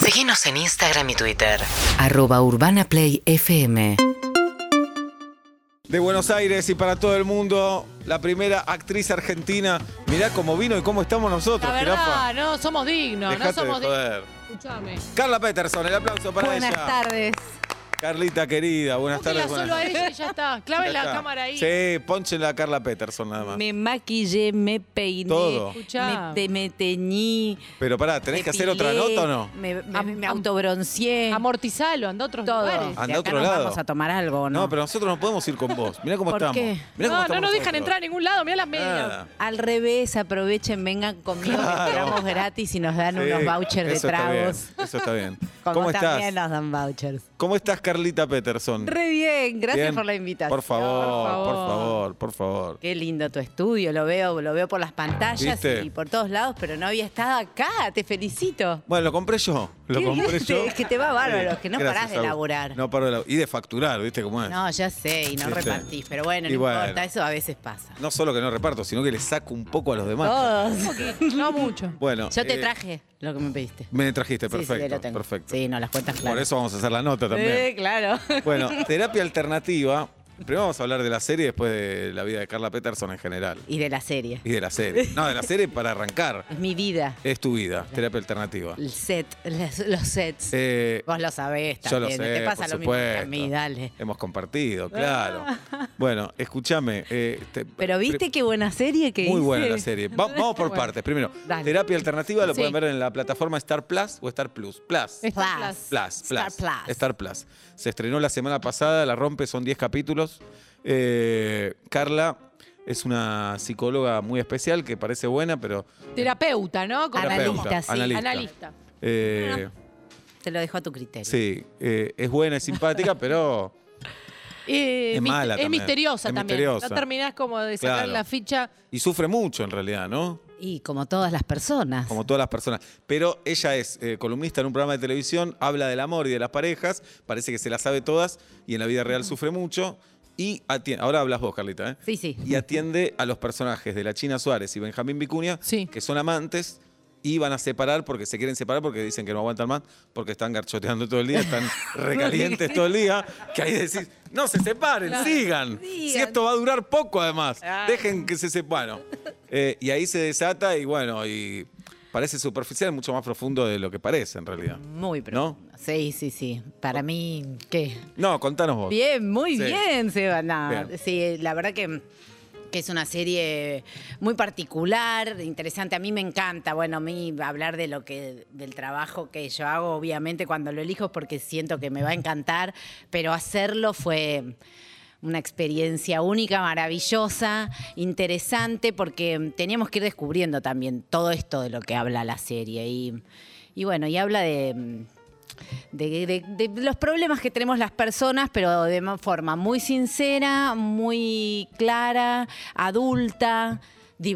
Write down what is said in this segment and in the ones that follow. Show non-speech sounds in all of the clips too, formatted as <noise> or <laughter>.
Seguinos en Instagram y Twitter. arroba urbanaplayfm de Buenos Aires y para todo el mundo, la primera actriz argentina. Mirá cómo vino y cómo estamos nosotros, La jirafa. verdad, no somos dignos, no Dejate de somos dignos. joder. Escuchame. Carla Peterson, el aplauso para Buenas ella. tardes. Carlita querida, buenas tardes. Póngela Buenas solo a <laughs> ella y ya está. Clave Ya la está. cámara ahí. Sí, ponchen a Carla Peterson nada más. Me maquillé, me peiné, Todo. Escuchá. Me, te- me teñí. Pero pará, ¿tenés me que hacer otra pilé, nota o no? Me, me- Am- me am- autobronceé. Amortizalo, anda a otros todo. lugares. Anda Si a acá otro nos lado. Vamos a tomar algo, ¿o ¿no? No, pero nosotros no podemos ir con vos. Mirá cómo ¿Por estamos. qué? Mirá cómo no, no estamos nos dejan nosotros. entrar a ningún lado, mirá las medias. Nada. Al revés, aprovechen, vengan conmigo, que Claro. entramos gratis y nos dan Sí, unos vouchers de eso está bien, tragos. Eso está bien. <laughs> Como ¿Cómo también estás? nos dan vouchers. ¿Cómo estás, Carlita Peterson? Re bien, gracias Bien. por la invitación. Por favor, por favor. favor, por favor. Qué lindo tu estudio, lo veo, lo veo por las pantallas ¿Viste? y por todos lados, pero no había estado acá, te felicito. Bueno, lo compré yo. Lo Qué compré bien, yo. es que te va bárbaro, Sí, que no gracias, parás de Agus. laburar. No paro de laburar. Y de facturar, ¿viste cómo es? No. No, ya sé, y no ¿Viste? repartís, pero bueno, Este. Y no bueno. importa, eso a veces pasa. solo que no reparto, sino que le saco un poco a los demás. Todos. No mucho. Bueno. Yo te eh, traje lo que me pediste. me trajiste, Oh. Sí, sí, perfecto. lo tengo. Perfecto. Sí, no, las cuentas claras. Por eso vamos a hacer la nota también. Eh, claro. <laughs> Bueno, terapia alternativa. Primero vamos a hablar de la serie, después de la vida de Carla Peterson en general. Y de la serie. Y de la serie. No, de la serie para arrancar. Es mi vida. Es tu vida, terapia <laughs> alternativa. El set, las- los sets. Eh, Vos lo sabés Yo lo también. sé, te pasa por lo mismo que a supuesto. mí, dale. Hemos compartido, <laughs> claro. Bueno, escúchame. eh, te- Pero viste qué buena serie que Muy hice? buena la serie. <laughs> Va- vamos por partes. Primero, Dale. terapia alternativa lo Sí. pueden ver en la plataforma Star Plus o Star Plus. Plus. Es- Plus. Plus. Plus, Star Plus. Plus. Star Plus. Se estrenó la semana pasada, la rompe, son 10 capítulos. Eh, Carla es una psicóloga muy especial que parece buena, pero. Terapeuta, ¿no? Como- Analista, Ah. Terapeuta, sí. Analista. Analista. Eh, Te lo dejo a tu criterio. Sí, eh, es buena, es simpática, <laughs> pero. Eh, Es mis- mala es también. misteriosa Es también. misteriosa. No terminás como de sacar Claro. la ficha. Y sufre mucho en realidad, ¿no? Y como todas las personas. Como todas las personas. Pero ella es eh, columnista en un programa de televisión, habla del amor y de las parejas, parece que se las sabe todas y en la vida real sufre mucho. Y atiende, ahora hablas vos, Carlita, ¿eh? Sí, sí. Y atiende a los personajes de la China Suárez y Benjamín Vicuña, Sí. que son amantes y van a separar porque se quieren separar porque dicen que no aguantan más, porque están garchoteando todo el día, <laughs> están <laughs> recalientes todo el día, que ahí decís, no se separen, sigan. Si esto va a durar poco además, dejen que se separen. Eh, y ahí se desata y bueno, y parece superficial, mucho más profundo de lo que parece en realidad. Muy ¿No? pronto. Sí, sí, sí. Para mí, ¿qué? No, contanos vos. Bien, muy Sí. bien, Seba. No, Bien. Sí, la verdad que, que es una serie muy particular, interesante. A mí me encanta, bueno, a mí hablar de lo que, del trabajo que yo hago, obviamente, cuando lo elijo es porque siento que me va a encantar, pero hacerlo fue una experiencia única, maravillosa, interesante, porque teníamos que ir descubriendo también todo esto de lo que habla la serie. Y, y bueno, y habla de de, de- de los problemas que tenemos las personas, pero de una forma muy sincera, muy clara, adulta,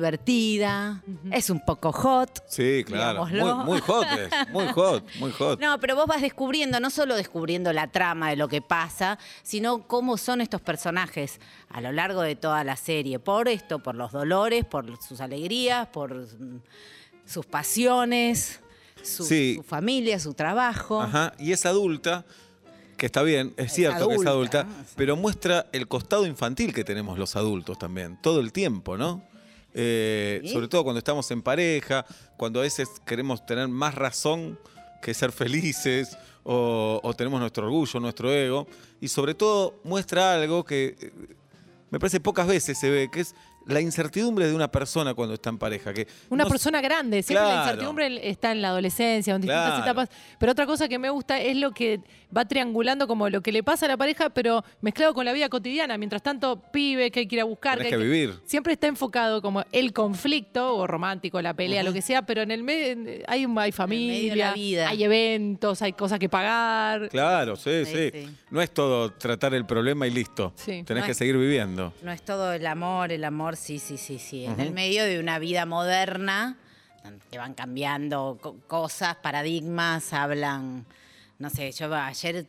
divertida. Es un poco hot. Sí, claro. Muy, Digámoslo. muy hot, es, muy hot, muy <laughs> hot. No, pero vos vas descubriendo, no solo descubriendo la trama de lo que pasa, sino cómo son estos personajes a lo largo de toda la serie. Por esto, por los dolores, por sus alegrías, por mm, sus pasiones, su, Sí. su familia, su trabajo. Ajá, y es adulta, que está bien, es, cierto que es adulta, adulta, ¿no? Sí. pero muestra el costado infantil que tenemos los adultos también, todo el tiempo, ¿no? Eh, Sí. Sobre todo cuando estamos en pareja, cuando a veces queremos tener más razón que ser felices o, o tenemos nuestro orgullo, nuestro ego, y sobre todo muestra algo que eh, me parece pocas veces se ve, que es la incertidumbre de una persona cuando está en pareja. Que Una no- persona grande. Siempre la Claro. incertidumbre está en la adolescencia, en distintas Claro. etapas. Pero otra cosa que me gusta es lo que va triangulando como lo que le pasa a la pareja, pero mezclado con la vida cotidiana. Mientras tanto, pibe que hay que ir a buscar. Tenés hay que vivir. Siempre está enfocado como el conflicto, o romántico, la pelea, lo que sea, pero en el medio hay, un- hay medio de la familia, vida. hay eventos, hay cosas que pagar. Claro, sí, sí, Sí, sí. No es todo tratar el problema y listo. Sí. Tenés No que es- seguir viviendo. No es todo el amor, el amor, sí, sí, sí, sí. En el medio de una vida moderna, que van cambiando co- cosas, paradigmas, hablan, no sé, yo ayer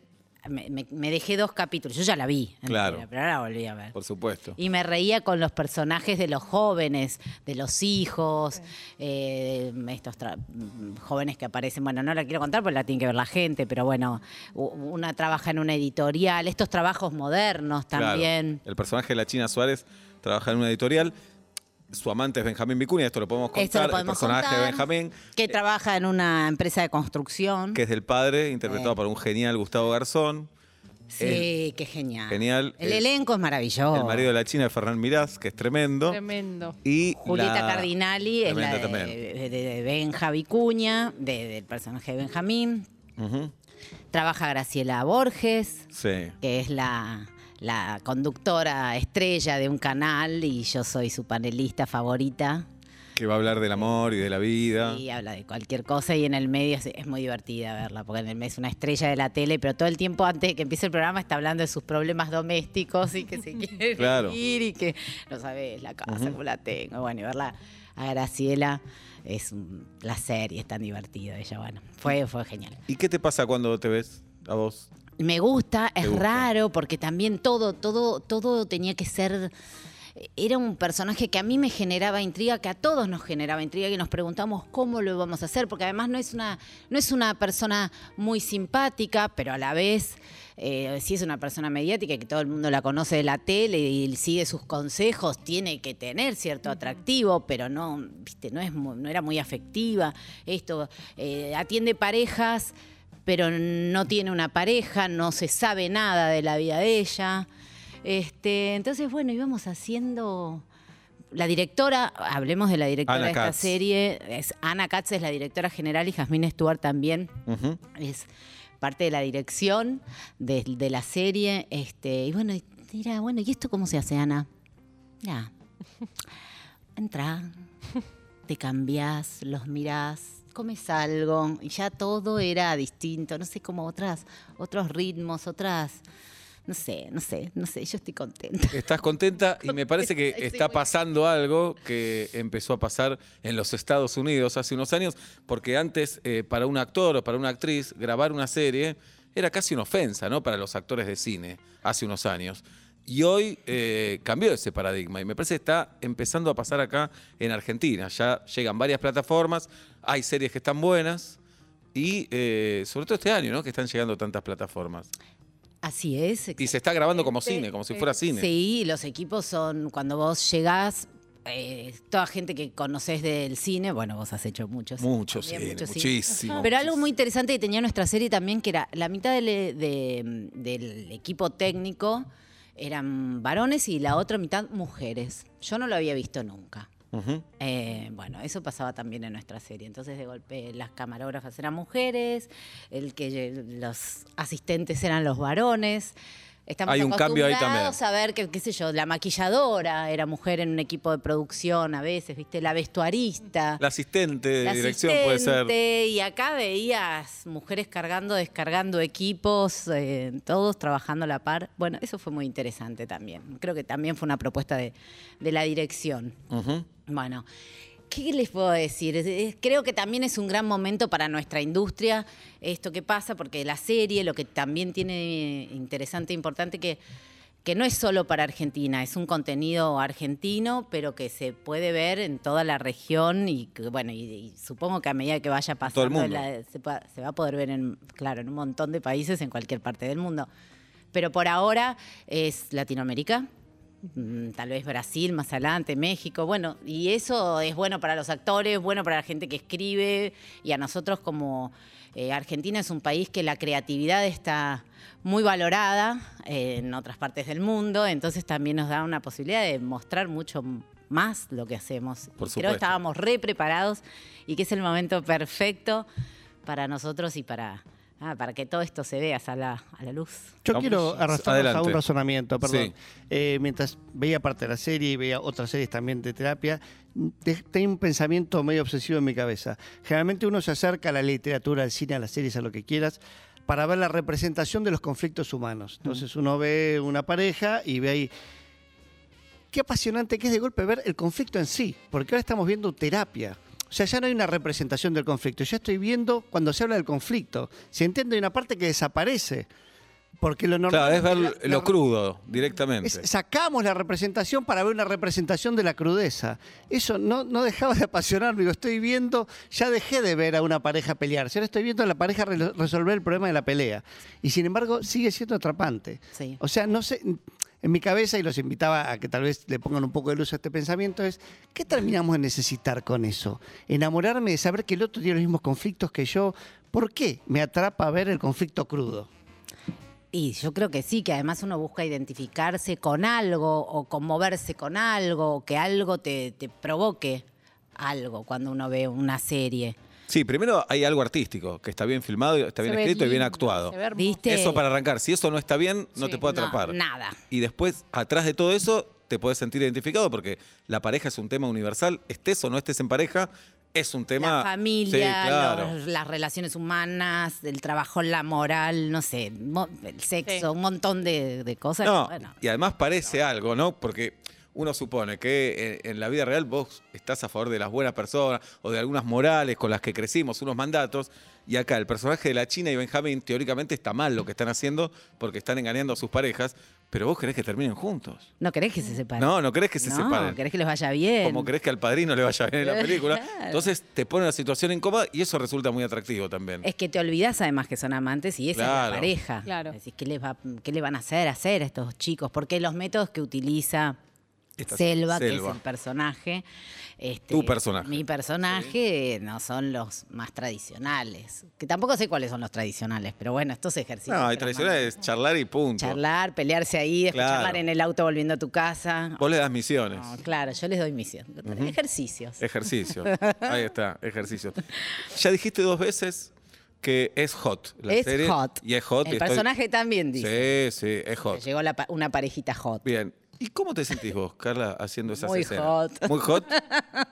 me, me- me dejé dos capítulos. Yo ya la vi. entera, Claro. Pero ahora la volví a ver. Por supuesto. Y me reía con los personajes de los jóvenes, de los hijos, eh, estos tra- mm, jóvenes que aparecen. Bueno, no la quiero contar porque la tiene que ver la gente, pero bueno, u- una trabaja en una editorial, estos trabajos modernos Claro. también. El personaje de la China Suárez trabaja en una editorial. Su amante es Benjamín Vicuña, esto lo podemos contar. Esto lo podemos el personaje de contar. Benjamín, Que trabaja en una empresa de construcción. Eh, que es del padre, interpretado por un genial Gustavo Garzón. sí, qué genial. genial, El es- elenco es maravilloso. El marido de la China, Fernán Mirás, que es tremendo. Tremendo. Y Julieta la- Cardinali es la Tremenda de, también. de- de Benja Vicuña, de- del personaje de Benjamín. Ujú, Trabaja Graciela Borges, Sí. que es la, la conductora estrella de un canal y yo soy su panelista favorita. Que va a hablar del amor y de la vida. Y habla de cualquier cosa y en el medio es, es muy divertida verla, porque en el medio es una estrella de la tele, pero todo el tiempo antes de que empiece el programa está hablando de sus problemas domésticos y <laughs> que se quiere Claro. ir y que no sabes la casa como la tengo. Bueno, y verla a Graciela es un placer y es tan divertida ella. Bueno, fue, fue genial. ¿Y qué te pasa cuando te ves a vos? Me gusta, Te es gusta. raro, porque también todo, todo, todo tenía que ser. Era un personaje que a mí me generaba intriga, que a todos nos generaba intriga, y nos preguntamos cómo lo vamos a hacer, porque además no es una, no es una persona muy simpática, pero a la vez eh, sí es una persona mediática que todo el mundo la conoce de la tele y sigue sus consejos, tiene que tener cierto atractivo, pero no, viste, no es mu- no era muy afectiva. Esto eh, atiende parejas pero no tiene una pareja, no se sabe nada de la vida de ella. Este, entonces, bueno, íbamos haciendo. La directora, hablemos de la directora Ana de esta Katz. serie, es Ana Katz es la directora general y Jasmine Stuart también Ujú. es parte de la dirección de, de la serie. Este, y bueno, y dirá, bueno, ¿y esto cómo se hace, Ana? Ya. Entra, te cambiás, los mirás, comes algo, y ya todo era distinto, no sé, como otras, otros ritmos, otras. No sé, no sé, no sé, yo estoy contenta. <laughs> Estás contenta y me parece que está pasando algo que empezó a pasar en los Estados Unidos hace unos años, porque antes eh, para un actor o para una actriz grabar una serie era casi una ofensa, ¿no? Para los actores de cine hace unos años. Y hoy eh, cambió ese paradigma y me parece que está empezando a pasar acá en Argentina. Ya llegan varias plataformas, hay series que están buenas y eh, sobre todo este año, ¿no? Que están llegando tantas plataformas. Así es. Y se está grabando como cine, como si fuera cine. Sí, los equipos son cuando vos llegás, eh, toda gente que conocés del cine, bueno, vos has hecho muchos. Mucho también, cine, mucho cine. muchísimo. Pero algo muy interesante que tenía nuestra serie también, que era la mitad del, de- del equipo técnico eran varones y la otra mitad mujeres. Yo no lo había visto nunca. Ujú. Eh, bueno, eso pasaba también en nuestra serie. Entonces, de golpe, las camarógrafas eran mujeres, el que lle- los asistentes eran los varones. Estamos Hay un cambio ahí también. acostumbrados a ver que, qué sé yo, la maquilladora era mujer en un equipo de producción a veces, ¿viste? La vestuarista. La asistente de la dirección puede ser. asistente, Y acá veías mujeres cargando, descargando equipos, eh, todos trabajando a la par. Bueno, eso fue muy interesante también. Creo que también fue una propuesta de- de la dirección. Ujú. Bueno, ¿qué les puedo decir? Es- es- Creo que también es un gran momento para nuestra industria esto que pasa, porque la serie, lo que también tiene interesante e importante que que no es solo para Argentina, es un contenido argentino, pero que se puede ver en toda la región y que, bueno, y, y supongo que a medida que vaya pasando Todo el mundo. la- se, pueda- se va a poder ver en, claro, en un montón de países en cualquier parte del mundo. Pero por ahora es Latinoamérica, mm, tal vez Brasil más adelante, México, bueno, y eso es bueno para los actores, bueno para la gente que escribe y a nosotros como eh, Argentina es un país que la creatividad está muy valorada eh, en otras partes del mundo, entonces también nos da una posibilidad de mostrar mucho m- más lo que hacemos. Por Y Creo supuesto. que estábamos re preparados y que es el momento perfecto para nosotros y para, ah, para que todo esto se vea, salga a la luz. Yo Vamos, quiero arrastrarnos a adelante. un razonamiento, perdón. Sí. Eh, mientras veía parte de la serie y veía otras series también de terapia, te- tenía un pensamiento medio obsesivo en mi cabeza. Generalmente uno se acerca a la literatura, al cine, a las series, a lo que quieras, para ver la representación de los conflictos humanos. Entonces uno ve una pareja y ve ahí qué apasionante que es de golpe ver el conflicto en sí, porque ahora estamos viendo terapia. O sea, ya no hay una representación del conflicto, ya estoy viendo cuando se habla del conflicto. Se entiende, hay una parte que desaparece. Porque lo normal. Claro, es ver la- lo, la- crudo directamente. es- sacamos la representación para ver una representación de la crudeza. Eso no, no dejaba de apasionarme. Digo, estoy viendo, ya dejé de ver a una pareja pelearse. Ahora estoy viendo a la pareja re- resolver el problema de la pelea. Y sin embargo, sigue siendo atrapante. Sí. O sea, no sé. En mi cabeza, y los invitaba a que tal vez le pongan un poco de luz a este pensamiento, es ¿qué terminamos de necesitar con eso? ¿Enamorarme de saber que el otro tiene los mismos conflictos que yo? ¿Por qué me atrapa ver el conflicto crudo? Y yo creo que sí, que además uno busca identificarse con algo o conmoverse con algo, o que algo te, te provoque algo cuando uno ve una serie. Sí, primero hay algo artístico, que está bien filmado, está bien Se ve escrito y bien lindo, actuado. se ve hermoso. ¿Viste? Eso para arrancar. Si eso no está bien, no Sí. te puede No, atrapar. nada. Y después, atrás de todo eso, te puedes sentir identificado porque la pareja es un tema universal. Estés o no estés en pareja, es un tema. La familia, Sí, claro. los- las relaciones humanas, el trabajo, la moral, no sé, mo- el sexo, Sí. un montón de, de cosas. que, No, bueno, y además parece algo, ¿no? Porque uno supone que eh, en, en la vida real vos estás a favor de las buenas personas o de algunas morales con las que crecimos, unos mandatos, y acá el personaje de la China y Benjamín teóricamente está mal lo que están haciendo porque están engañando a sus parejas, pero vos querés que terminen juntos. no querés que se separen. No, no querés que se No, separen. querés que les vaya bien. Como querés que al padrino le vaya bien en la película. <laughs> Claro. Entonces te pone la situación incómoda y eso resulta muy atractivo también. Es que te olvidas además que son amantes y esa es Claro. la pareja. Claro. Decís, ¿qué, les va- ¿qué le van a hacer hacer a estos chicos? Porque los métodos que utiliza Esta Selva, que Selva. es el personaje. este, Tu personaje. Mi personaje eh, no son los más tradicionales. Que tampoco sé cuáles son los tradicionales, pero bueno, estos ejercicios. no, que hay nos tradiciones, es charlar y punto. mandan. Charlar, pelearse ahí, después Claro. charlar en el auto volviendo a tu casa. Vos le das misiones. No, claro, yo les doy misión. Ejercicios. Ejercicio. Ahí está, ejercicio. Ya dijiste dos veces que es hot la es serie. hot. Y es hot. El y estoy- personaje también dice. Sí, sí, es que hot. Llegó la pa- una parejita hot. Bien. ¿Y cómo te sentís vos, Carla, haciendo esas Muy escenas? hot. Muy hot.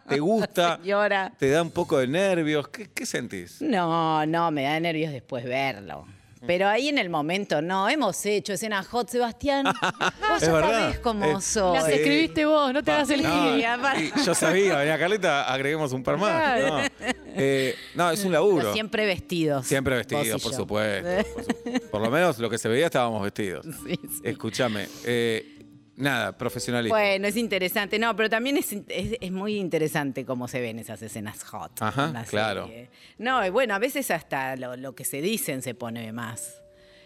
¿Te <laughs> gusta? <laughs> Señora. ¿Te da un poco de nervios? ¿Qué, qué sentís? No, no, me da nervios después verlo. Pero ahí en el momento no, hemos hecho escena <laughs> hot, Sebastián. Vos Es ya verdad. sabés cómo Es- soy. Las Sí. escribiste vos, no te Eh, Va, hagas el no, gil. y Yo sabía, venía Carlita, agreguemos un par más. No, Eh, no, es un laburo. Pero siempre vestidos. Siempre vos y vestidos, por yo. supuesto. Por, <laughs> su- por lo menos lo que se veía estábamos vestidos. Sí, sí. Pues. Escúchame. eh, nada, profesionalismo. Bueno, es interesante. No, pero también es, es- es muy interesante cómo se ven esas escenas hot. Ajá, en la claro. serie. No, y bueno, a veces hasta lo, lo que se dicen se pone más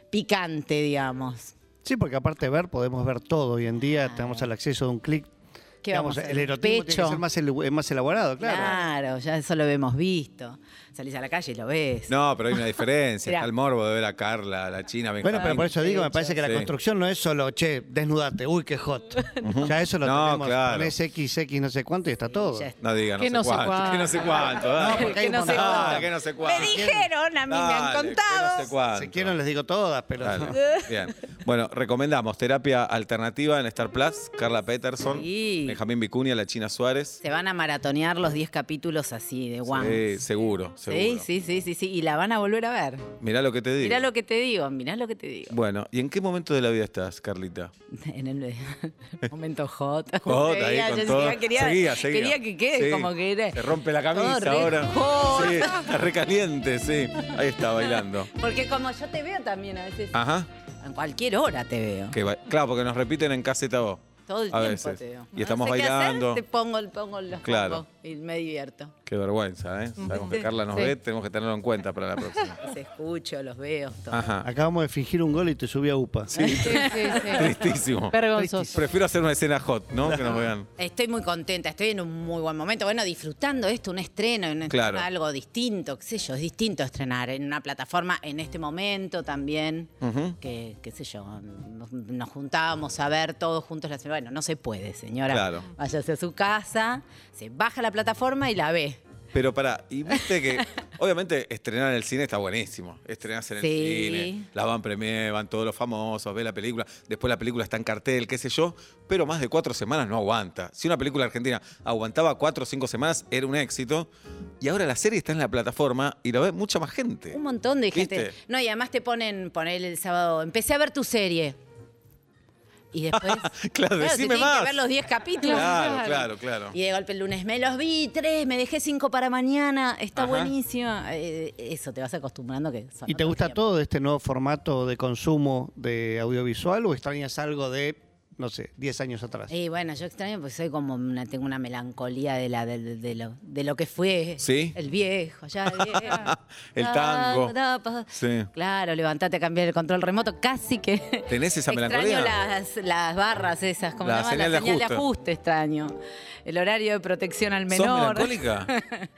picante, digamos. Sí, porque aparte de ver, podemos ver todo. Hoy en día tenemos el acceso de un clic. ¿Qué vamos Digamos, a ver? el erotismo tiene Pecho. que ser más, elu- eh, más elaborado, Claro. claro. ya eso lo hemos visto. Salís a la calle y lo ves. No, pero hay una <laughs> diferencia. Mirá. Está el morbo de ver a Carla, a la China. a Bueno, pero Benjamín. por eso digo, me parece que la Sí. construcción no es solo, che, desnudate, uy, qué <laughs> hot. Ya eso lo No, tenemos, claro. ponés XX no sé cuánto y está todo. Ya está. No diga, no Que sé no sé cuánto. cuánto. Que no sé cuánto. dale. No, porque hay Que un no sé montón. Dale, que no sé cuánto. Me dijeron, a mí me han Dale, que contado. No sé cuánto. Si quieren les digo todas, pero... <laughs> Dale, Bien. Bueno, recomendamos terapia alternativa en Star Plus, Carla Peterson, Sí. Benjamín Vicuña, la China Suárez. Se van a maratonear los 10 capítulos así de One. Sí, seguro, Sí, seguro. sí, sí, sí, sí. Y la van a volver a ver. Mirá lo que te digo. Mirá lo que te digo, mirá lo que te digo. Bueno, ¿y en qué momento de la vida estás, Carlita? En el <laughs> momento hot. <laughs> Hot, Seguía, ahí con yo seguía, todo. quería, Seguía, seguía. quería que quede Sí. como que era. Se rompe la todo camisa re ahora. hot. Sí, está recaliente, sí. Ahí está bailando. Porque como yo te veo también a veces, Ajá. en cualquier hora te veo. Ah. Que ba- claro, porque nos repiten en caseta vos. Todo el a tiempo veces. te veo. Y estamos No sé qué hacer, bailando. te pongo, pongo los Claro. claro. y me divierto. Qué vergüenza, ¿eh? Sabemos que Carla nos Sí. ve, tenemos que tenerlo en cuenta para la próxima. Los escucho, los veo, <laughs> todo. Ajá. Acabamos de fingir un gol y te subí a <laughs> UPA. Sí, <laughs> sí, sí. Tristísimo. Vergonzoso. Prefiero hacer una escena hot, ¿no? Que nos vean. Estoy muy contenta, estoy en un muy buen momento. Bueno, disfrutando esto, un estreno, un estreno, Claro. algo distinto, qué sé yo, es distinto estrenar en una plataforma en este momento también, que qué sé yo, nos, nos juntábamos a ver todos juntos la semana. Bueno, no se puede, señora. Claro. Váyase a su casa, se baja la plataforma y la ve. Pero pará, y viste que. Obviamente, estrenar en el cine está buenísimo. Estrenarse en Sí. el cine, la van premier, van todos los famosos, ve la película, después la película está en cartel, qué sé yo, pero más de cuatro semanas no aguanta. Si una película argentina aguantaba cuatro o cinco semanas, era un éxito. Y ahora la serie está en la plataforma y la ve mucha más gente. Un montón de gente. ¿Viste? No, y además te ponen, poner el sábado, empecé a ver tu serie. Y después. <laughs> Claro, se decime tienen más. que ver los 10 capítulos. Claro, claro, claro. <laughs> Y de golpe el lunes, me los vi tres, me dejé cinco para mañana, está Ajá. buenísima. Eh, eso, te vas acostumbrando que son ¿Y te otros gusta tiempos. todo de este nuevo formato de consumo de audiovisual o extrañas algo de, no sé, 10 años atrás? Y bueno, yo extraño porque soy como una, tengo una melancolía de la de, de lo, de lo que fue Sí. el viejo, ya el viejo. <laughs> El Ta, tango. ta, pa. Sí. Claro, levantate a cambiar el control remoto, casi que. ¿Tenés esa melancolía? Extraño las, las barras esas, como La la, señal de la señal de ajuste. ajuste extraño. El horario de protección al ¿Sos menor. melancólica? <laughs>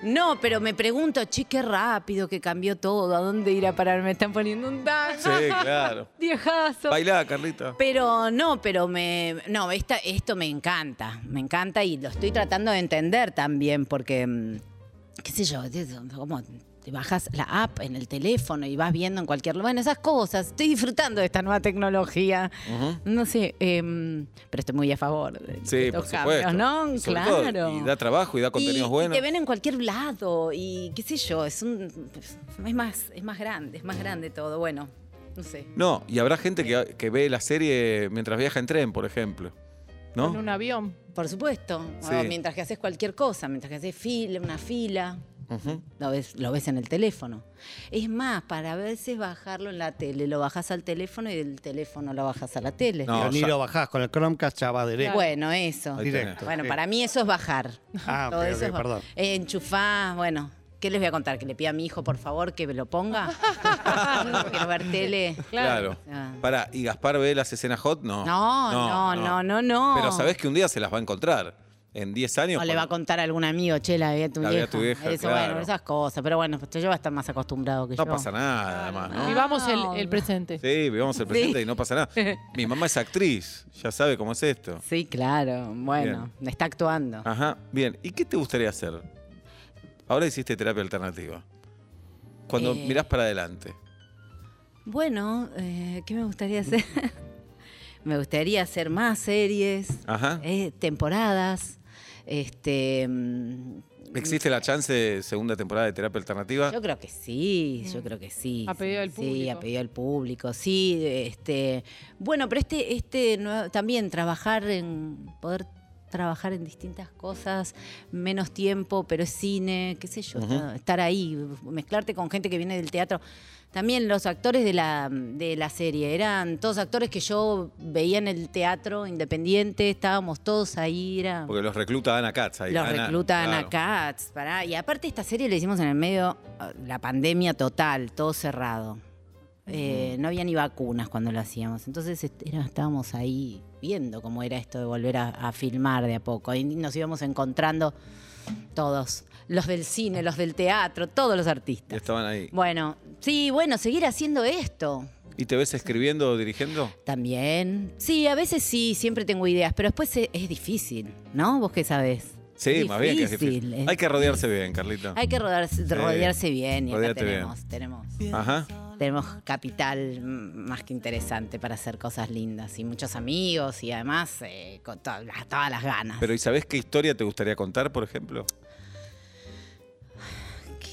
No, pero me pregunto, che, qué rápido que cambió todo, ¿a dónde ir a parar? Me están poniendo un tango. Sí, claro. <laughs> Viejazo. Bailá, Carlita. Pero no, pero me. No, esta, esto me encanta. Me encanta y lo estoy tratando de entender también, porque. mm, ¿Qué sé yo? de- de- ¿Cómo te bajas la app en el teléfono y vas viendo en cualquier lugar? Bueno, esas cosas. Estoy disfrutando de esta nueva tecnología. No sé, em, pero estoy muy a favor de de Sí, por estos supuesto. cambios, ¿no? Sobre todo, claro. y da trabajo y da contenidos Y- buenos. Y te ven en cualquier lado y qué sé yo, es un es más es más grande, es más grande todo, bueno, no sé. No, y habrá gente que, que ve la serie mientras viaja en tren, por ejemplo. ¿No? En un avión. Por supuesto, o Sí. mientras que haces cualquier cosa, mientras que haces fila, una fila, Ujú. lo ves, lo ves en el teléfono. Es más, para veces bajarlo en la tele, lo bajas al teléfono y del teléfono lo bajas a la tele. No, Pero ni ya. lo bajás, con el Chromecast ya va derecho. Bueno, eso. Ahí tenés. Directo. Bueno, Sí. para mí eso es bajar. Ah, <laughs> Todo ok, eso ok, es bajar. perdón. Eh, enchufás, bueno. ¿Qué les voy a contar? ¿Que le pida a mi hijo, por favor, que me <laughs> lo ponga? <laughs> Quiero ver tele. Claro. Ah. Pará, ¿y Gaspar ve las escenas hot? No. No, no, no, no, no. Pero sabés que un día se las va a encontrar. En 10 años. O le va a cuando- contar a algún amigo, che, la vi a tu La vi a vieja. tu vieja, Eso, claro. bueno, esas cosas. Pero bueno, pues yo voy a estar más acostumbrado que yo. No pasa nada, además, ¿no? Vivamos el, el presente. Sí, vivamos el presente y no pasa <laughs> nada. Mi mamá es actriz, ya sabe cómo es esto. Sí, claro. Bueno, está actuando. Ajá, bien. ¿Y qué te gustaría hacer? Ahora hiciste terapia alternativa. Cuando Eh. mirás para adelante. Bueno, eh, ¿qué me gustaría hacer? <laughs> me gustaría hacer más series, Ajá. eh, temporadas. Este. mm, ¿Existe la chance de segunda temporada de terapia alternativa? Yo creo que sí, yo creo que sí. Mm. A pedido del Sí, público. a pedido del público, sí. Este, bueno, pero este, este nuevo- también trabajar en poder trabajar en distintas cosas, menos tiempo, pero es cine, qué sé yo, ta- estar ahí, mezclarte con gente que viene del teatro. También los actores de la, de la serie eran todos actores que yo veía en el teatro independiente, estábamos todos ahí, era... Porque los recluta Ana Katz ahí. Los reclutan claro. a Katz, pará. Y aparte esta serie la hicimos en el medio, ah, la pandemia total, todo cerrado. Eh, no había ni vacunas cuando lo hacíamos. Entonces est- era- estábamos ahí viendo cómo era esto de volver a, a filmar de a poco. Y nos íbamos encontrando todos. Los del cine, los del teatro, todos los Y artistas. Estaban ahí. Bueno, sí, bueno, seguir haciendo esto. ¿Y te ves escribiendo o dirigiendo? También. Sí, a veces sí, siempre tengo ideas, pero después e- es, difícil, ¿no? ¿Vos qué sabés? Sí, Es más bien que es difícil. es Hay que rodearse bien, Carlita. eh. hay que rodarse- rodearse bien y acá Rodeate bien. tenemos, tenemos, Ajá. tenemos capital mm, más que interesante para hacer cosas lindas y muchos amigos y además eh, con to- la- todas las ganas. Pero ¿y sabés qué historia te gustaría contar, por ejemplo?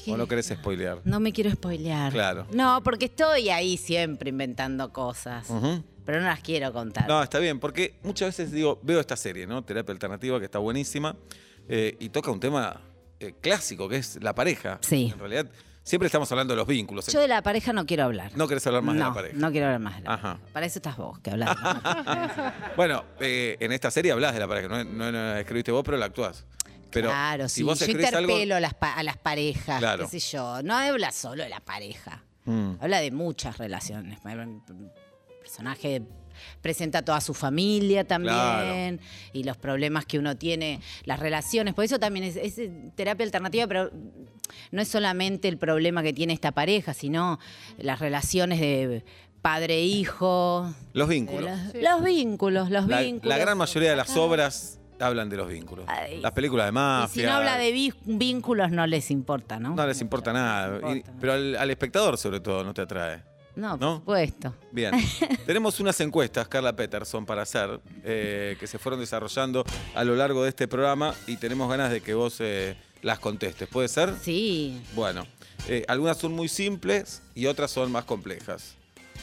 ¿Qué? ¿O no querés spoilear? No me quiero spoilear. Claro. No, porque estoy ahí siempre inventando cosas, Ujú. pero no las quiero contar. Mm. No, está bien, porque muchas veces digo, veo esta serie, ¿no? Terapia alternativa, que está buenísima, eh, y toca un tema eh, clásico, que es la pareja. Sí. En realidad, siempre estamos hablando de los vínculos. Yo de la pareja no quiero hablar. No querés hablar más de la No, pareja. No quiero hablar más de la Ajá. pareja. Para eso estás vos que hablas. Bueno, eh, en esta serie hablas de la pareja, no, no- no la escribiste vos, pero la actuás. Pero claro, si sí. vos yo escribís interpelo algo. a, las, pa- a las parejas, Claro. qué sé yo. No habla solo de la pareja. Mm. Habla de muchas relaciones. El personaje presenta a toda su familia también y los problemas que uno tiene, las relaciones. Por eso también es, es, eh, terapia alternativa, pero no es solamente el problema que tiene esta pareja, sino las relaciones de padre-hijo. Los de vínculos. los- Los vínculos, los La, vínculos. la gran mayoría de las obras hablan de los vínculos. Ay. Las películas de Y mafia. si no habla de vi- vínculos, no les importa, ¿no? No les importa nada. Y- importa. pero al, al espectador, sobre todo, no te atrae. No, por ¿no? supuesto. <laughs> Bien. Tenemos unas encuestas, Carla Peterson, para hacer, eh, que se fueron desarrollando a lo largo de este programa y tenemos ganas de que vos eh, las contestes. ¿Puede ser? Sí. Bueno, eh, algunas son muy simples y otras son más complejas.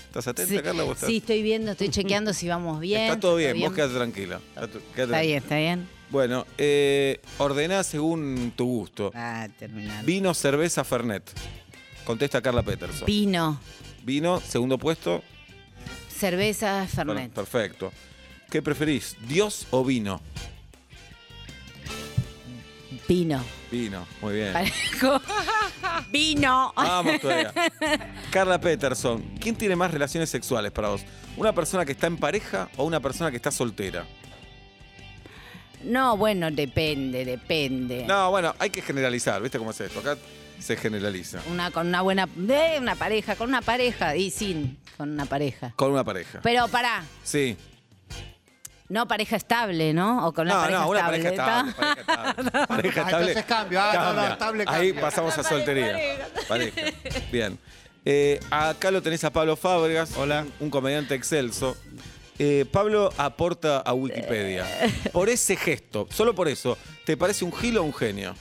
¿Estás atenta, Sí, Carla? vos estás- sí, estoy viendo, estoy chequeando si vamos bien. <laughs> Está todo bien, vos quedate tranquila. Está, tu- quédate Está bien, tranquila. está bien. Bueno, eh, ordená según tu gusto. Ah, terminado. Vino, cerveza, Fernet. Contesta Carla Peterson. Vino, Vino, segundo puesto. cerveza, fernet. Per- Perfecto. ¿Qué preferís, Dios o vino? Vino. Vino, muy bien. Parejo. Vino. <laughs> Vamos todavía. Carla Peterson, ¿quién tiene más relaciones sexuales para vos? ¿Una persona que está en pareja o una persona que está soltera? No, bueno, depende, depende. No, bueno, hay que generalizar, ¿viste cómo es esto? Acá se generaliza. Una con una buena. De una pareja, con una pareja. Y sin, con una pareja. Con una pareja. Pero pará, Sí. no pareja estable, ¿no? O con una No, pareja no, una estable. pareja estable. ¿tá? Pareja estable. Pareja Ah, estable. entonces cambio. Ah, no, no, Cambia. estable Ahí cambio. pasamos a soltería. Pareja. Bien. Eh, acá lo tenés a Pablo Fábregas. Hola. Un comediante excelso. Eh, Pablo aporta a Wikipedia. Por ese gesto, solo por eso, ¿te parece un gil o un genio?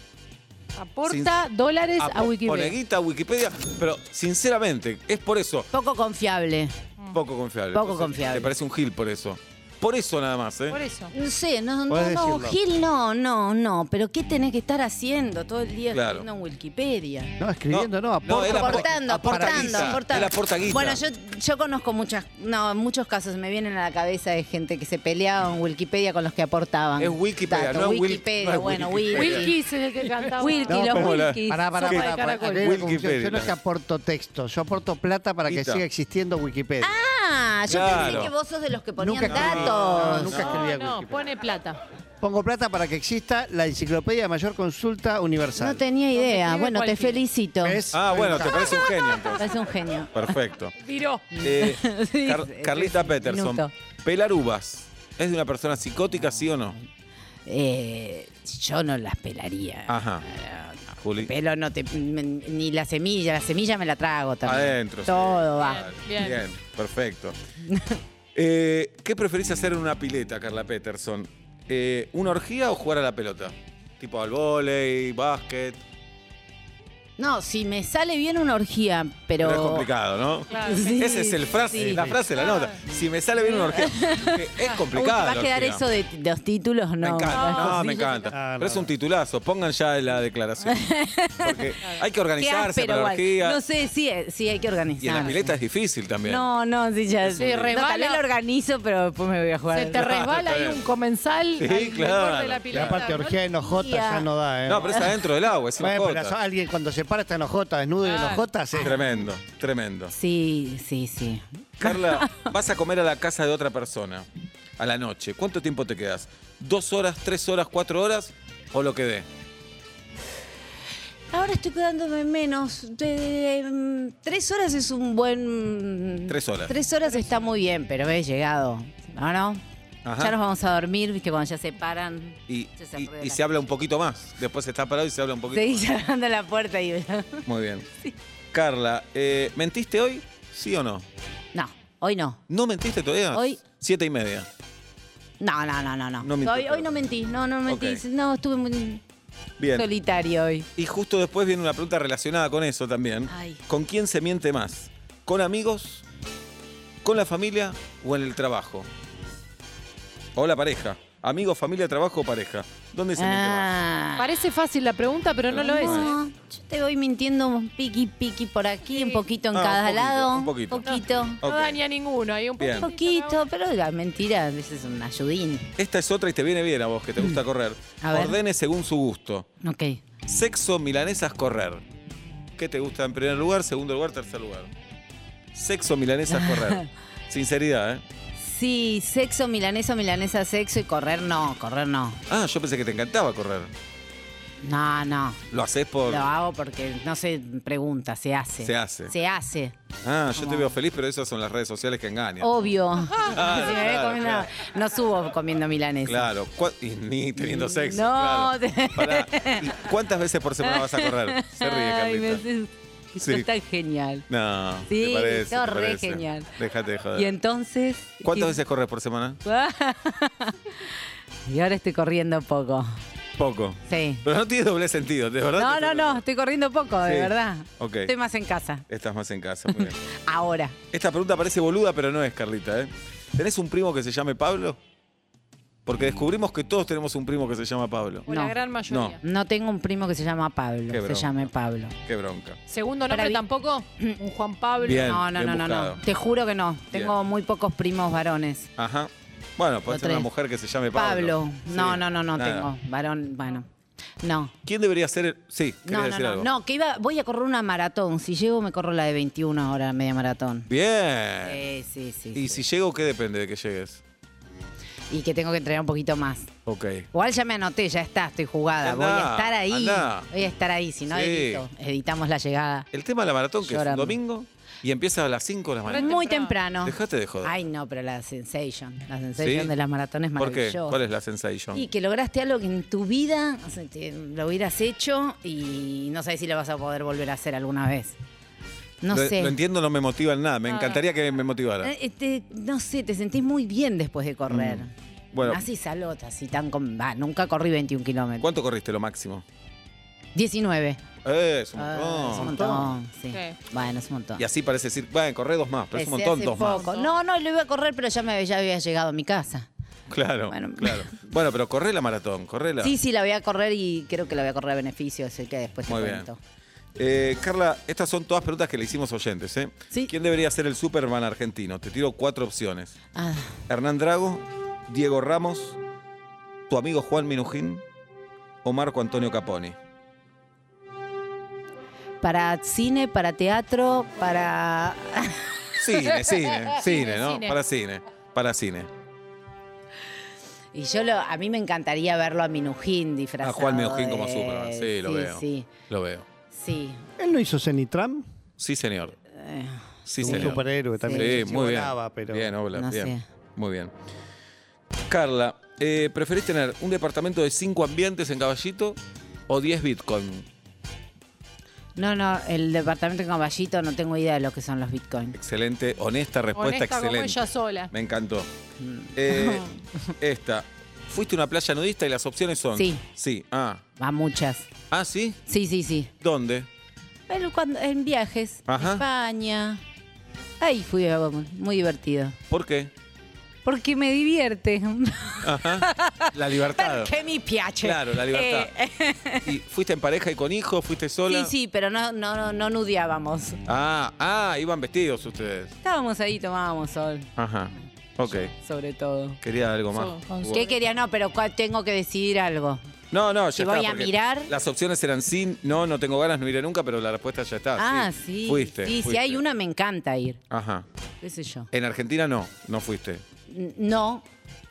Aporta dólares Ah, Apo- a Wikipedia. pone guita a Wikipedia, pero sinceramente, es por eso, Poco confiable. poco confiable. Poco Entonces, confiable. Te parece un gil por eso. Por eso nada más, ¿eh? Por eso. No sé, no, no, Podés no, decirlo. Gil no, no, no. Pero ¿qué tenés que estar haciendo todo el día Claro. escribiendo en Wikipedia? No, escribiendo, no, aporta. él apo- aportando, aporta aportando, guita, aportando. él aporta guita. Bueno, yo, yo conozco muchas, no, muchos casos me vienen a la cabeza de gente que se peleaba en Wikipedia con los que aportaban. Es Wikipedia, no es Wil- Wikipedia, no es bueno, Wikipedia. Wiki. Wilkis es el que cantaba. Wilkie, No, los pero- Wilkis. Pará, pará, Sopa de pará, pará. caracol. Acá hay una confusión. Wikipedia. Yo no es que aporto texto, yo aporto plata para que Guita. siga existiendo Wikipedia. Ah, yo Claro. pensé que vos sos de los que ponían Nunca escribí. datos. No, nunca escribí a No, no, Wikipedia. pone plata. Pongo plata para que exista la enciclopedia de mayor consulta universal. No tenía idea. escribe bueno, te cualquiera. felicito. ¿Ves? Ah, bueno, te Ahí parece un genio entonces. Es un genio. <laughs> Perfecto. Viró. Eh, Sí, Car- sí, Carlita sí, Peterson, minuto. pelar uvas. ¿Es de una persona psicótica, sí o no? Eh, yo no las pelaría. Ajá. Juli. Pelo no te. me- ni la semilla, la semilla me la trago también. Adentro. sí. Todo va. Vale, Bien, Bien. <laughs> perfecto. Eh, ¿Qué preferís hacer en una pileta, Carla Peterson? Eh, ¿Una orgía o jugar a la pelota? Tipo al volei, básquet. No, si me sale bien una orgía, pero. Pero es complicado, ¿no? Claro. Sí, Esa es el frase, sí. la frase de la nota. Si me sale bien una <laughs> orgía. Eh, Es Uy, ¿te complicado. va a la quedar orgía. eso de de los títulos? No. Me encanta, no, me encanta. Ah, no, Pero es un no. titulazo, pongan ya la <laughs> declaración. Porque hay que Qué organizarse áspero para la igual. orgía. No sé, sí, eh, sí hay que organizar. y en la pileta es difícil también. No, no, sí, ya. Sí, no, rebala. tal vez lo organizo, pero después me voy a jugar. Se te resbala está ahí bien. un comensal. Sí, al borde claro. De la Y Y pileta, aparte, ¿no? orgía enojota ya no da, ¿eh? No, pero es adentro del agua, es una Bueno, pero jota. alguien cuando se para está enojota, desnudo y eh. Claro. enojota, se... Tremendo, tremendo. Sí, sí, sí. <laughs> Carla, vas a comer a la casa de otra persona a la noche. ¿Cuánto tiempo te quedas? ¿Dos horas, tres horas, cuatro horas? ¿O lo que dé? Ahora estoy quedándome menos. De- mm, tres horas es un buen. mm, Tres horas. Tres horas está muy bien, pero he llegado. ¿No, no? Ajá. Ya nos vamos a dormir, viste, cuando ya se paran. Y, ya se y- enreda y la- se habla un poquito más. Después está parado y se habla un poquito Seguí llamando a la puerta y. <laughs> más. Muy bien. Carla, eh, ¿mentiste hoy? ¿Sí o no? No, hoy no. ¿No mentiste todavía? Hoy- Siete y media. No, no, no, no. no. No mintió, hoy, pero- hoy no mentí, no, no mentí. Ok. No, estuve muy Bien. solitario hoy. Y justo después viene una pregunta relacionada con eso también. Ay. ¿Con quién se miente más? ¿Con amigos? ¿Con la familia o en el trabajo? O la pareja. Amigos, familia, trabajo o pareja. ¿Dónde se miente más? Ah. Parece fácil la pregunta, pero no lo es. No, yo te voy mintiendo un piqui piqui por aquí, un poquito en Ah, un cada poquito, lado. un poquito. Poquito. No Ok. daña a ninguno. Hay un Bien. Un poquito. poquito, pero la mentira, ese es un ayudín. Esta es otra y te viene bien a vos, que te gusta correr. Mm. A ver. Ordene según su gusto. Ok. Sexo, milanesas, correr. ¿Qué te gusta en primer lugar, segundo lugar, tercer lugar? Sexo, milanesas, <laughs> correr. Sinceridad, ¿eh? Sí, sexo, milanesa, milanesa, sexo y correr no, correr no. Ah, yo pensé que te encantaba correr. No, no. Lo haces por... Lo hago porque no se pregunta, se hace. Se hace. Se hace. Ah, yo te veo feliz, pero esas son las redes sociales que engañan. Obvio. Claro, Si me ve Ah, claro, comiendo- claro. No subo comiendo milanesa. Claro, cua- y ni teniendo sexo. Mm, No, claro. te- Pará, ¿y ¿Cuántas veces por semana vas a correr? Se ríe, <laughs> Ay, me Carlita. haces- Sí. Sos tan genial. No, Sí, te parece. sos te re parece. genial. Déjate de joder. Y entonces. ¿Cuántas y- <laughs> veces corres por semana? y ahora estoy corriendo poco. poco. Sí. Pero no tiene doble sentido, de verdad. te No, estoy no, no, preguntando. estoy corriendo poco, de Sí. verdad. Ok. Estoy más en casa. Estás más en casa, muy bien. Ahora. Esta pregunta parece boluda, pero no es, Carlita. ¿eh? ¿Tenés un primo que se llame Pablo? Porque descubrimos que todos tenemos un primo que se llama Pablo. O la No. gran mayoría. No tengo un primo que se llama Pablo, Qué se bronca. llame Pablo. Qué bronca. Segundo nombre Para mí- tampoco, un Juan Pablo. Bien. no, no, bien no, no, no. buscado. Te juro que no. Tengo muy pocos primos varones. Ajá. Bueno, puede O ser una tres. mujer que se llame Pablo. Pablo. No, Sí, no, no, no nada. tengo. Varón, bueno. No. ¿Quién debería ser el- Sí, quería No, no, decir no, algo. no, que iba, voy a correr una maratón. Si llego me corro la de 21 ahora, la media maratón. Bien. Eh, sí, sí. y sí. si llego, ¿qué depende de que llegues? Y que tengo que entrenar un poquito más. Ok. Igual ya me anoté, ya está, estoy jugada. voy a Andá, estar ahí. andá. Voy a estar ahí, si no Sí. edito. Editamos la llegada. El tema de la maratón, que es un Llorando. domingo y empieza a las 5 de la mañana. Muy temprano. Dejate de joder. Ay, no, pero la sensation. La sensation ¿Sí? de las maratones ¿Por qué? maravillosa. ¿Cuál es la sensation? Y que lograste algo que en tu vida o sea, te- lo hubieras hecho y no sabes si lo vas a poder volver a hacer alguna vez. No lo, sé. lo entiendo, no me motiva en nada. Me encantaría que me motivara. Eh, eh, te- no sé, te sentís muy bien después de correr. Mm, Bueno, Así salota, así tan con. Va, nunca corrí 21 kilómetros. ¿cuánto corriste lo máximo? 19. Eh, es un Ah, montón. es un montón. sí. Sí. Bueno, es un montón. Y así parece decir, bueno, corré dos más, pero es un Empecé montón, hace dos más. poco. No, no, lo iba a correr, pero ya, me, ya había llegado a mi casa. Claro, Bueno. claro. Bueno, pero corré la maratón, corré la. Sí, sí, la voy a correr y creo que la voy a correr a beneficio, así que después te Muy bien. cuento. Eh, Carla, estas son todas preguntas que le hicimos oyentes, ¿eh? Sí. ¿Quién debería ser el Superman argentino? Te tiro cuatro opciones. Ah, Hernán Drago, Diego Ramos, tu amigo Juan Minujín o Marco Antonio Caponi. para cine, para teatro, para. <laughs> Cine, cine, cine, ¿no? cine. Para cine, para cine. Y yo lo, a mí me encantaría verlo a Minujín disfrazado. A Juan Minujín como de- Superman, sí, lo veo. Sí, Lo veo. sí. Él no hizo Zenitram, Sí, señor. Eh, Sí, un señor. superhéroe también. Sí, no sé si muy bien. volaba, pero Bien, Oblak, no bien. sé. Muy bien. Carla, eh, ¿preferís tener un departamento de cinco ambientes en Caballito o 10 Bitcoin? No, no, el departamento en Caballito no tengo idea de lo que son los bitcoins. Excelente, honesta respuesta, Honesta como excelente. ella sola. Me encantó. Mm. <laughs> Eh, esta. Fuiste a una playa nudista y las opciones son. Sí. Sí. Ah. Va muchas. Ah, sí. Sí, sí, sí. ¿Dónde? Pero cuando- en viajes, Ajá. España. Ahí fui, muy divertido. ¿Por qué? Porque me divierte. <laughs> La libertad. Porque mi piace. Claro, la libertad. ¿Y fuiste en pareja y con hijos? ¿Fuiste sola? sí, sí, pero no, no, no, no nudeábamos. Ah, ah, iban vestidos ustedes. Estábamos ahí, tomábamos sol, Ajá. Ok. sobre todo. Quería algo más. Con- ¿Qué quería? No, pero cua- tengo que decidir algo. No, no, ya Si está, voy a porque mirar- Las opciones eran sí, no, no tengo ganas, no iré nunca, pero la respuesta ya está. Ah, sí. Fuiste. Sí, si fuiste. hay una me encanta ir. Ajá. ¿Qué sé yo? En Argentina no, no fuiste. N- No.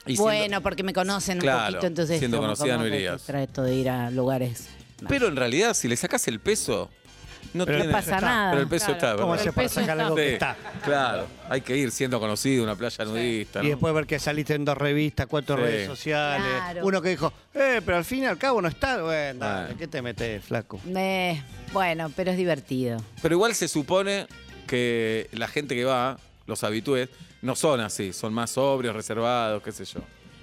Y siendo- bueno, porque me conocen Claro, un poquito, entonces. siendo conocida no que irías. Trato de ir a lugares. No. Pero en realidad, si le sacas el peso, no Pero no tiene- pasa está, nada. Pero el peso Claro. está, ¿Cómo ¿verdad? haces El para peso sacar está. algo que Sí, está? Claro, hay que ir siendo conocido, una playa nudista. Y ¿no? después ver que saliste en dos revistas, cuatro Sí. redes sociales. Claro. Uno que dijo, eh, pero al fin y al cabo no está. Bueno, dale, Bueno. ¿qué te metes, flaco? Eh, bueno, pero es divertido. Pero igual se supone que la gente que va, los habitúes, no son así, son más sobrios, reservados, qué sé yo.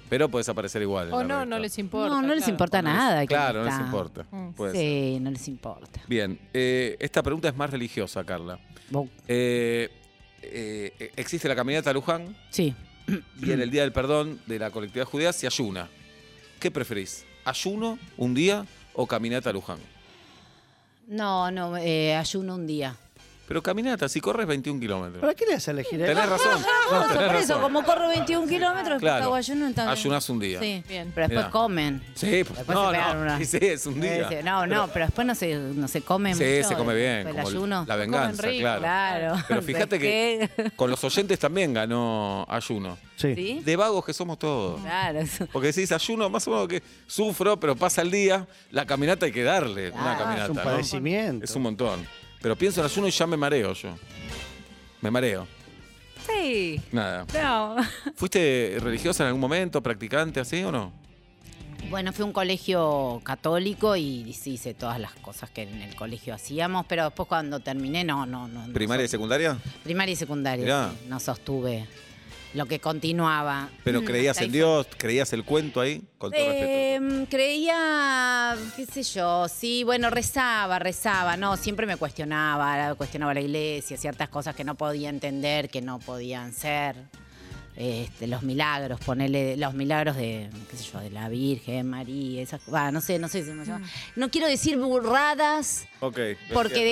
Pero puedes aparecer igual. en O la no, revista. no les importa. no, no les claro. importa nada. quién Claro, no les está. importa. Puede ser. Sí, no les importa. Bien, eh, esta pregunta es más religiosa, Carla. Bo- Eh, eh, existe la caminata a Luján Sí. y en el Día del Perdón de la colectividad judía se ayuna. ¿Qué preferís? ¿Ayuno un día o caminata a Luján? No, no, eh, ayuno un día. Pero caminata, si corres 21 kilómetros. ¿Para qué le haces elegir? eh? Tenés <laughs> razón. No, tenés Ah, por eso, razón. como corro 21 kilómetros, Claro. hago ayuno entonces. Ayunás un día. Sí, Bien. pero después Mirá. comen. Sí, pues, Después no, se pegan no. una- y Sí, es un día. Eh, No, no, pero después no se, no se come Sí, mucho, eh, se come bien. El como el- ayuno. La venganza, rico, claro. Claro. Pero fíjate <laughs> que <laughs> ¿Qué? con los oyentes también ganó ayuno. Sí. ¿Sí? De vagos que somos todos. Claro. eso- Porque decís, ayuno, más o menos que sufro, pero pasa el día, la caminata hay que darle. una caminata. Es un ¿no? padecimiento. Es un montón. Pero pienso en ayuno y ya me mareo yo. Me mareo. Sí. Nada. No. ¿Fuiste religiosa en algún momento, practicante así o no? Bueno, fue un colegio católico y sí hice todas las cosas que en el colegio hacíamos, pero después cuando terminé, no, no, no. no ¿Primaria y sostuve- secundaria? Primaria y secundaria. Mirá. sí, no sostuve lo que continuaba. Mm. Pero creías Hasta en ahí Dios, creías el cuento ahí, con todo respeto. Em, creía, qué sé yo, sí, bueno, rezaba, rezaba, no, siempre me cuestionaba, cuestionaba la iglesia, ciertas cosas que no podía entender, que no podían ser. Este, los milagros, ponerle los milagros de, qué sé yo, de la Virgen, María, esas, va, no sé, no sé si me llama. No quiero decir burradas, Ok. lo porque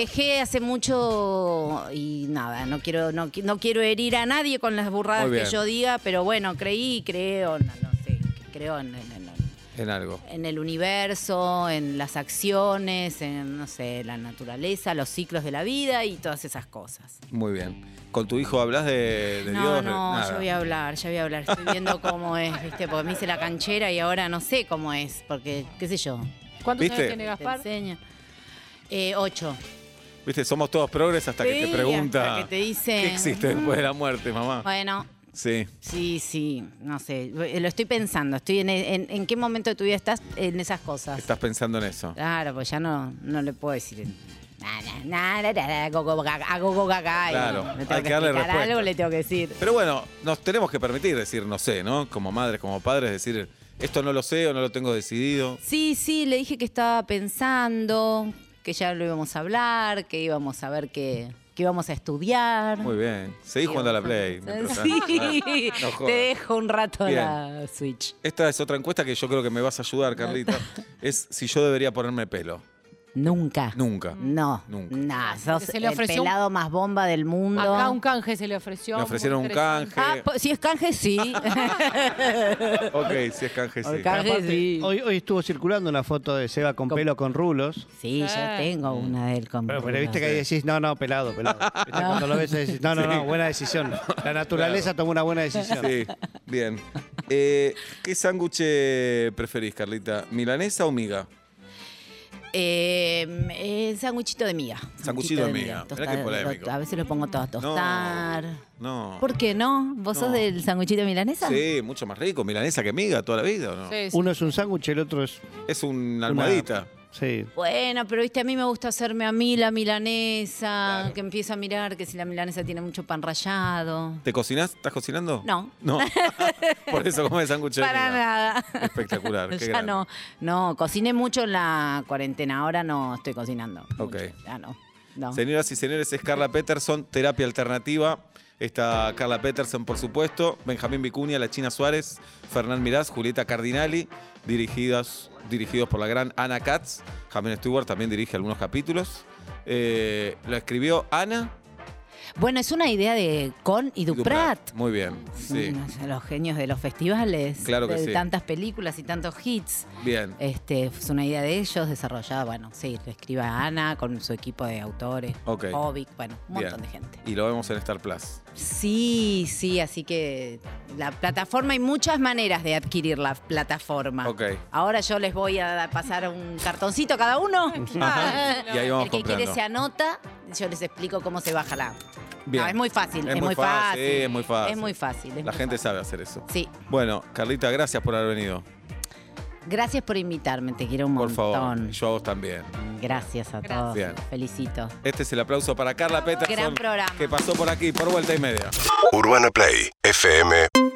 entiendo. dejé hace mucho y nada, no quiero, no, qui- no quiero herir a nadie con las burradas Muy que bien. yo diga, pero bueno, creí, y creo, no, no sé, creo en, en- en- En algo. en el universo, en las acciones, en, no sé, la naturaleza, los ciclos de la vida y todas esas cosas. Muy bien. ¿Con tu hijo hablas de, de no, Dios? no, Nada. yo voy a hablar, ya voy a hablar, estoy viendo cómo es, ¿viste? Porque me hice la canchera y ahora no sé cómo es, porque, qué sé yo, ¿Cuántos ¿Viste? años tiene te Gaspar? enseña. Eh, ocho. Viste, somos todos progres hasta que Sí, te pregunta hasta que te dice- qué existe después de la muerte, mamá. Bueno, Sí. Sí, sí, no sé, lo estoy pensando, estoy en, en- en qué momento de tu vida estás en esas cosas. Estás pensando en eso. Claro, pues ya no, no le puedo decir nada, nada, nada, go, go, gaga, go, go, gaga, y Claro, le tengo hay que darle explicar respuesta. algo, le tengo que decir. Pero bueno, nos tenemos que permitir decir, no sé, ¿no? Como madres, como padres, decir, esto no lo sé o no lo tengo decidido. Sí, sí, le dije que estaba pensando, que ya lo íbamos a hablar, que íbamos a ver qué, qué íbamos a estudiar. Muy bien. Seguí jugando a la Play. <laughs> mientras tanto. Sí, No te jodas. dejo un rato Bien. la Switch. Esta es otra encuesta que yo creo que me vas a ayudar, Carlita. Es si yo debería ponerme pelo. Nunca. Nunca. No, Nunca. nah, sos Se le el ofreció un- pelado más bomba del mundo. Acá un canje se le ofreció. Me ofrecieron un muy canje. Ah, Ah, po- si es <laughs> canje, sí. Ok, si es canje, sí. Al canje, Aparte, sí. hoy, hoy estuvo circulando una foto de Seba con, pelo con rulos. Sí, yo tengo una del con Pero, pero rulos. viste que ahí decís, no, no, <laughs> pelado, pelado. Viste, No. Cuando lo ves decís, no, no, no, buena decisión. La naturaleza Claro. tomó una buena decisión. Sí, bien. Eh, ¿Qué sándwich eh, preferís, Carlita? ¿Milanesa o miga? Eh, eh, sanguchito de miga. Sanguchito de miga. Mirá Tostado- qué polémico. A veces lo pongo todo a tostar. No. ¿Por qué no? ¿Vos sos No. del sanguchito milanesa? Sí, mucho más rico. Milanesa que miga toda la vida, ¿o ¿no? Sí, sí. Uno es un sándwich, el otro es Es una una- almohadita. Sí. Bueno, pero viste, a mí me gusta hacerme a mí la milanesa, Claro. que empiezo a mirar que si la milanesa tiene mucho pan rallado. ¿Te cocinás? ¿Estás cocinando? No. <laughs> No. <laughs> Por eso comes sándwich de Para miga. nada. <laughs> Espectacular, qué ya grande. no. No, cociné mucho en la cuarentena. Ahora no estoy cocinando. Ok. mucho, Ya no. no. Señoras y señores, es Carla Peterson, terapia alternativa. Está Carla Peterson, por supuesto, Benjamín Vicuña, La China Suárez, Fernán Mirás, Julieta Cardinali, dirigidas, dirigidos por la gran Ana Katz. Jamín Stewart también dirige algunos capítulos. Eh, lo escribió Ana Bueno, es una idea de Con y Duprat. Muy bien, sí. Mm, Los genios de los festivales. Claro que de sí. tantas películas y tantos hits. Bien. Este, es una idea de ellos desarrollada, bueno, sí, lo escribe Ana con su equipo de autores, Ok. Ovic, bueno, un bien. montón de gente. Y lo vemos en Star Plus. Sí, sí, así que la plataforma, hay muchas maneras de adquirir la plataforma. Ok. Ahora yo les voy a pasar un cartoncito a cada uno. Ajá. Y ahí vamos El que quiere comprando. se anota, yo les explico cómo se baja la. Bien. No, es muy fácil, es, muy fácil. sí, es muy fácil. Es muy fácil. es La muy gente fácil. sabe hacer eso. Sí. Bueno, Carlita, gracias por haber venido. Gracias por invitarme, te quiero un Por favor. montón. Yo a vos también. Gracias a todos. Bien. Felicito. Este es el aplauso para Carla Peterson. Gran programa. Que pasó por aquí, por vuelta y media. Urbana Play fm.com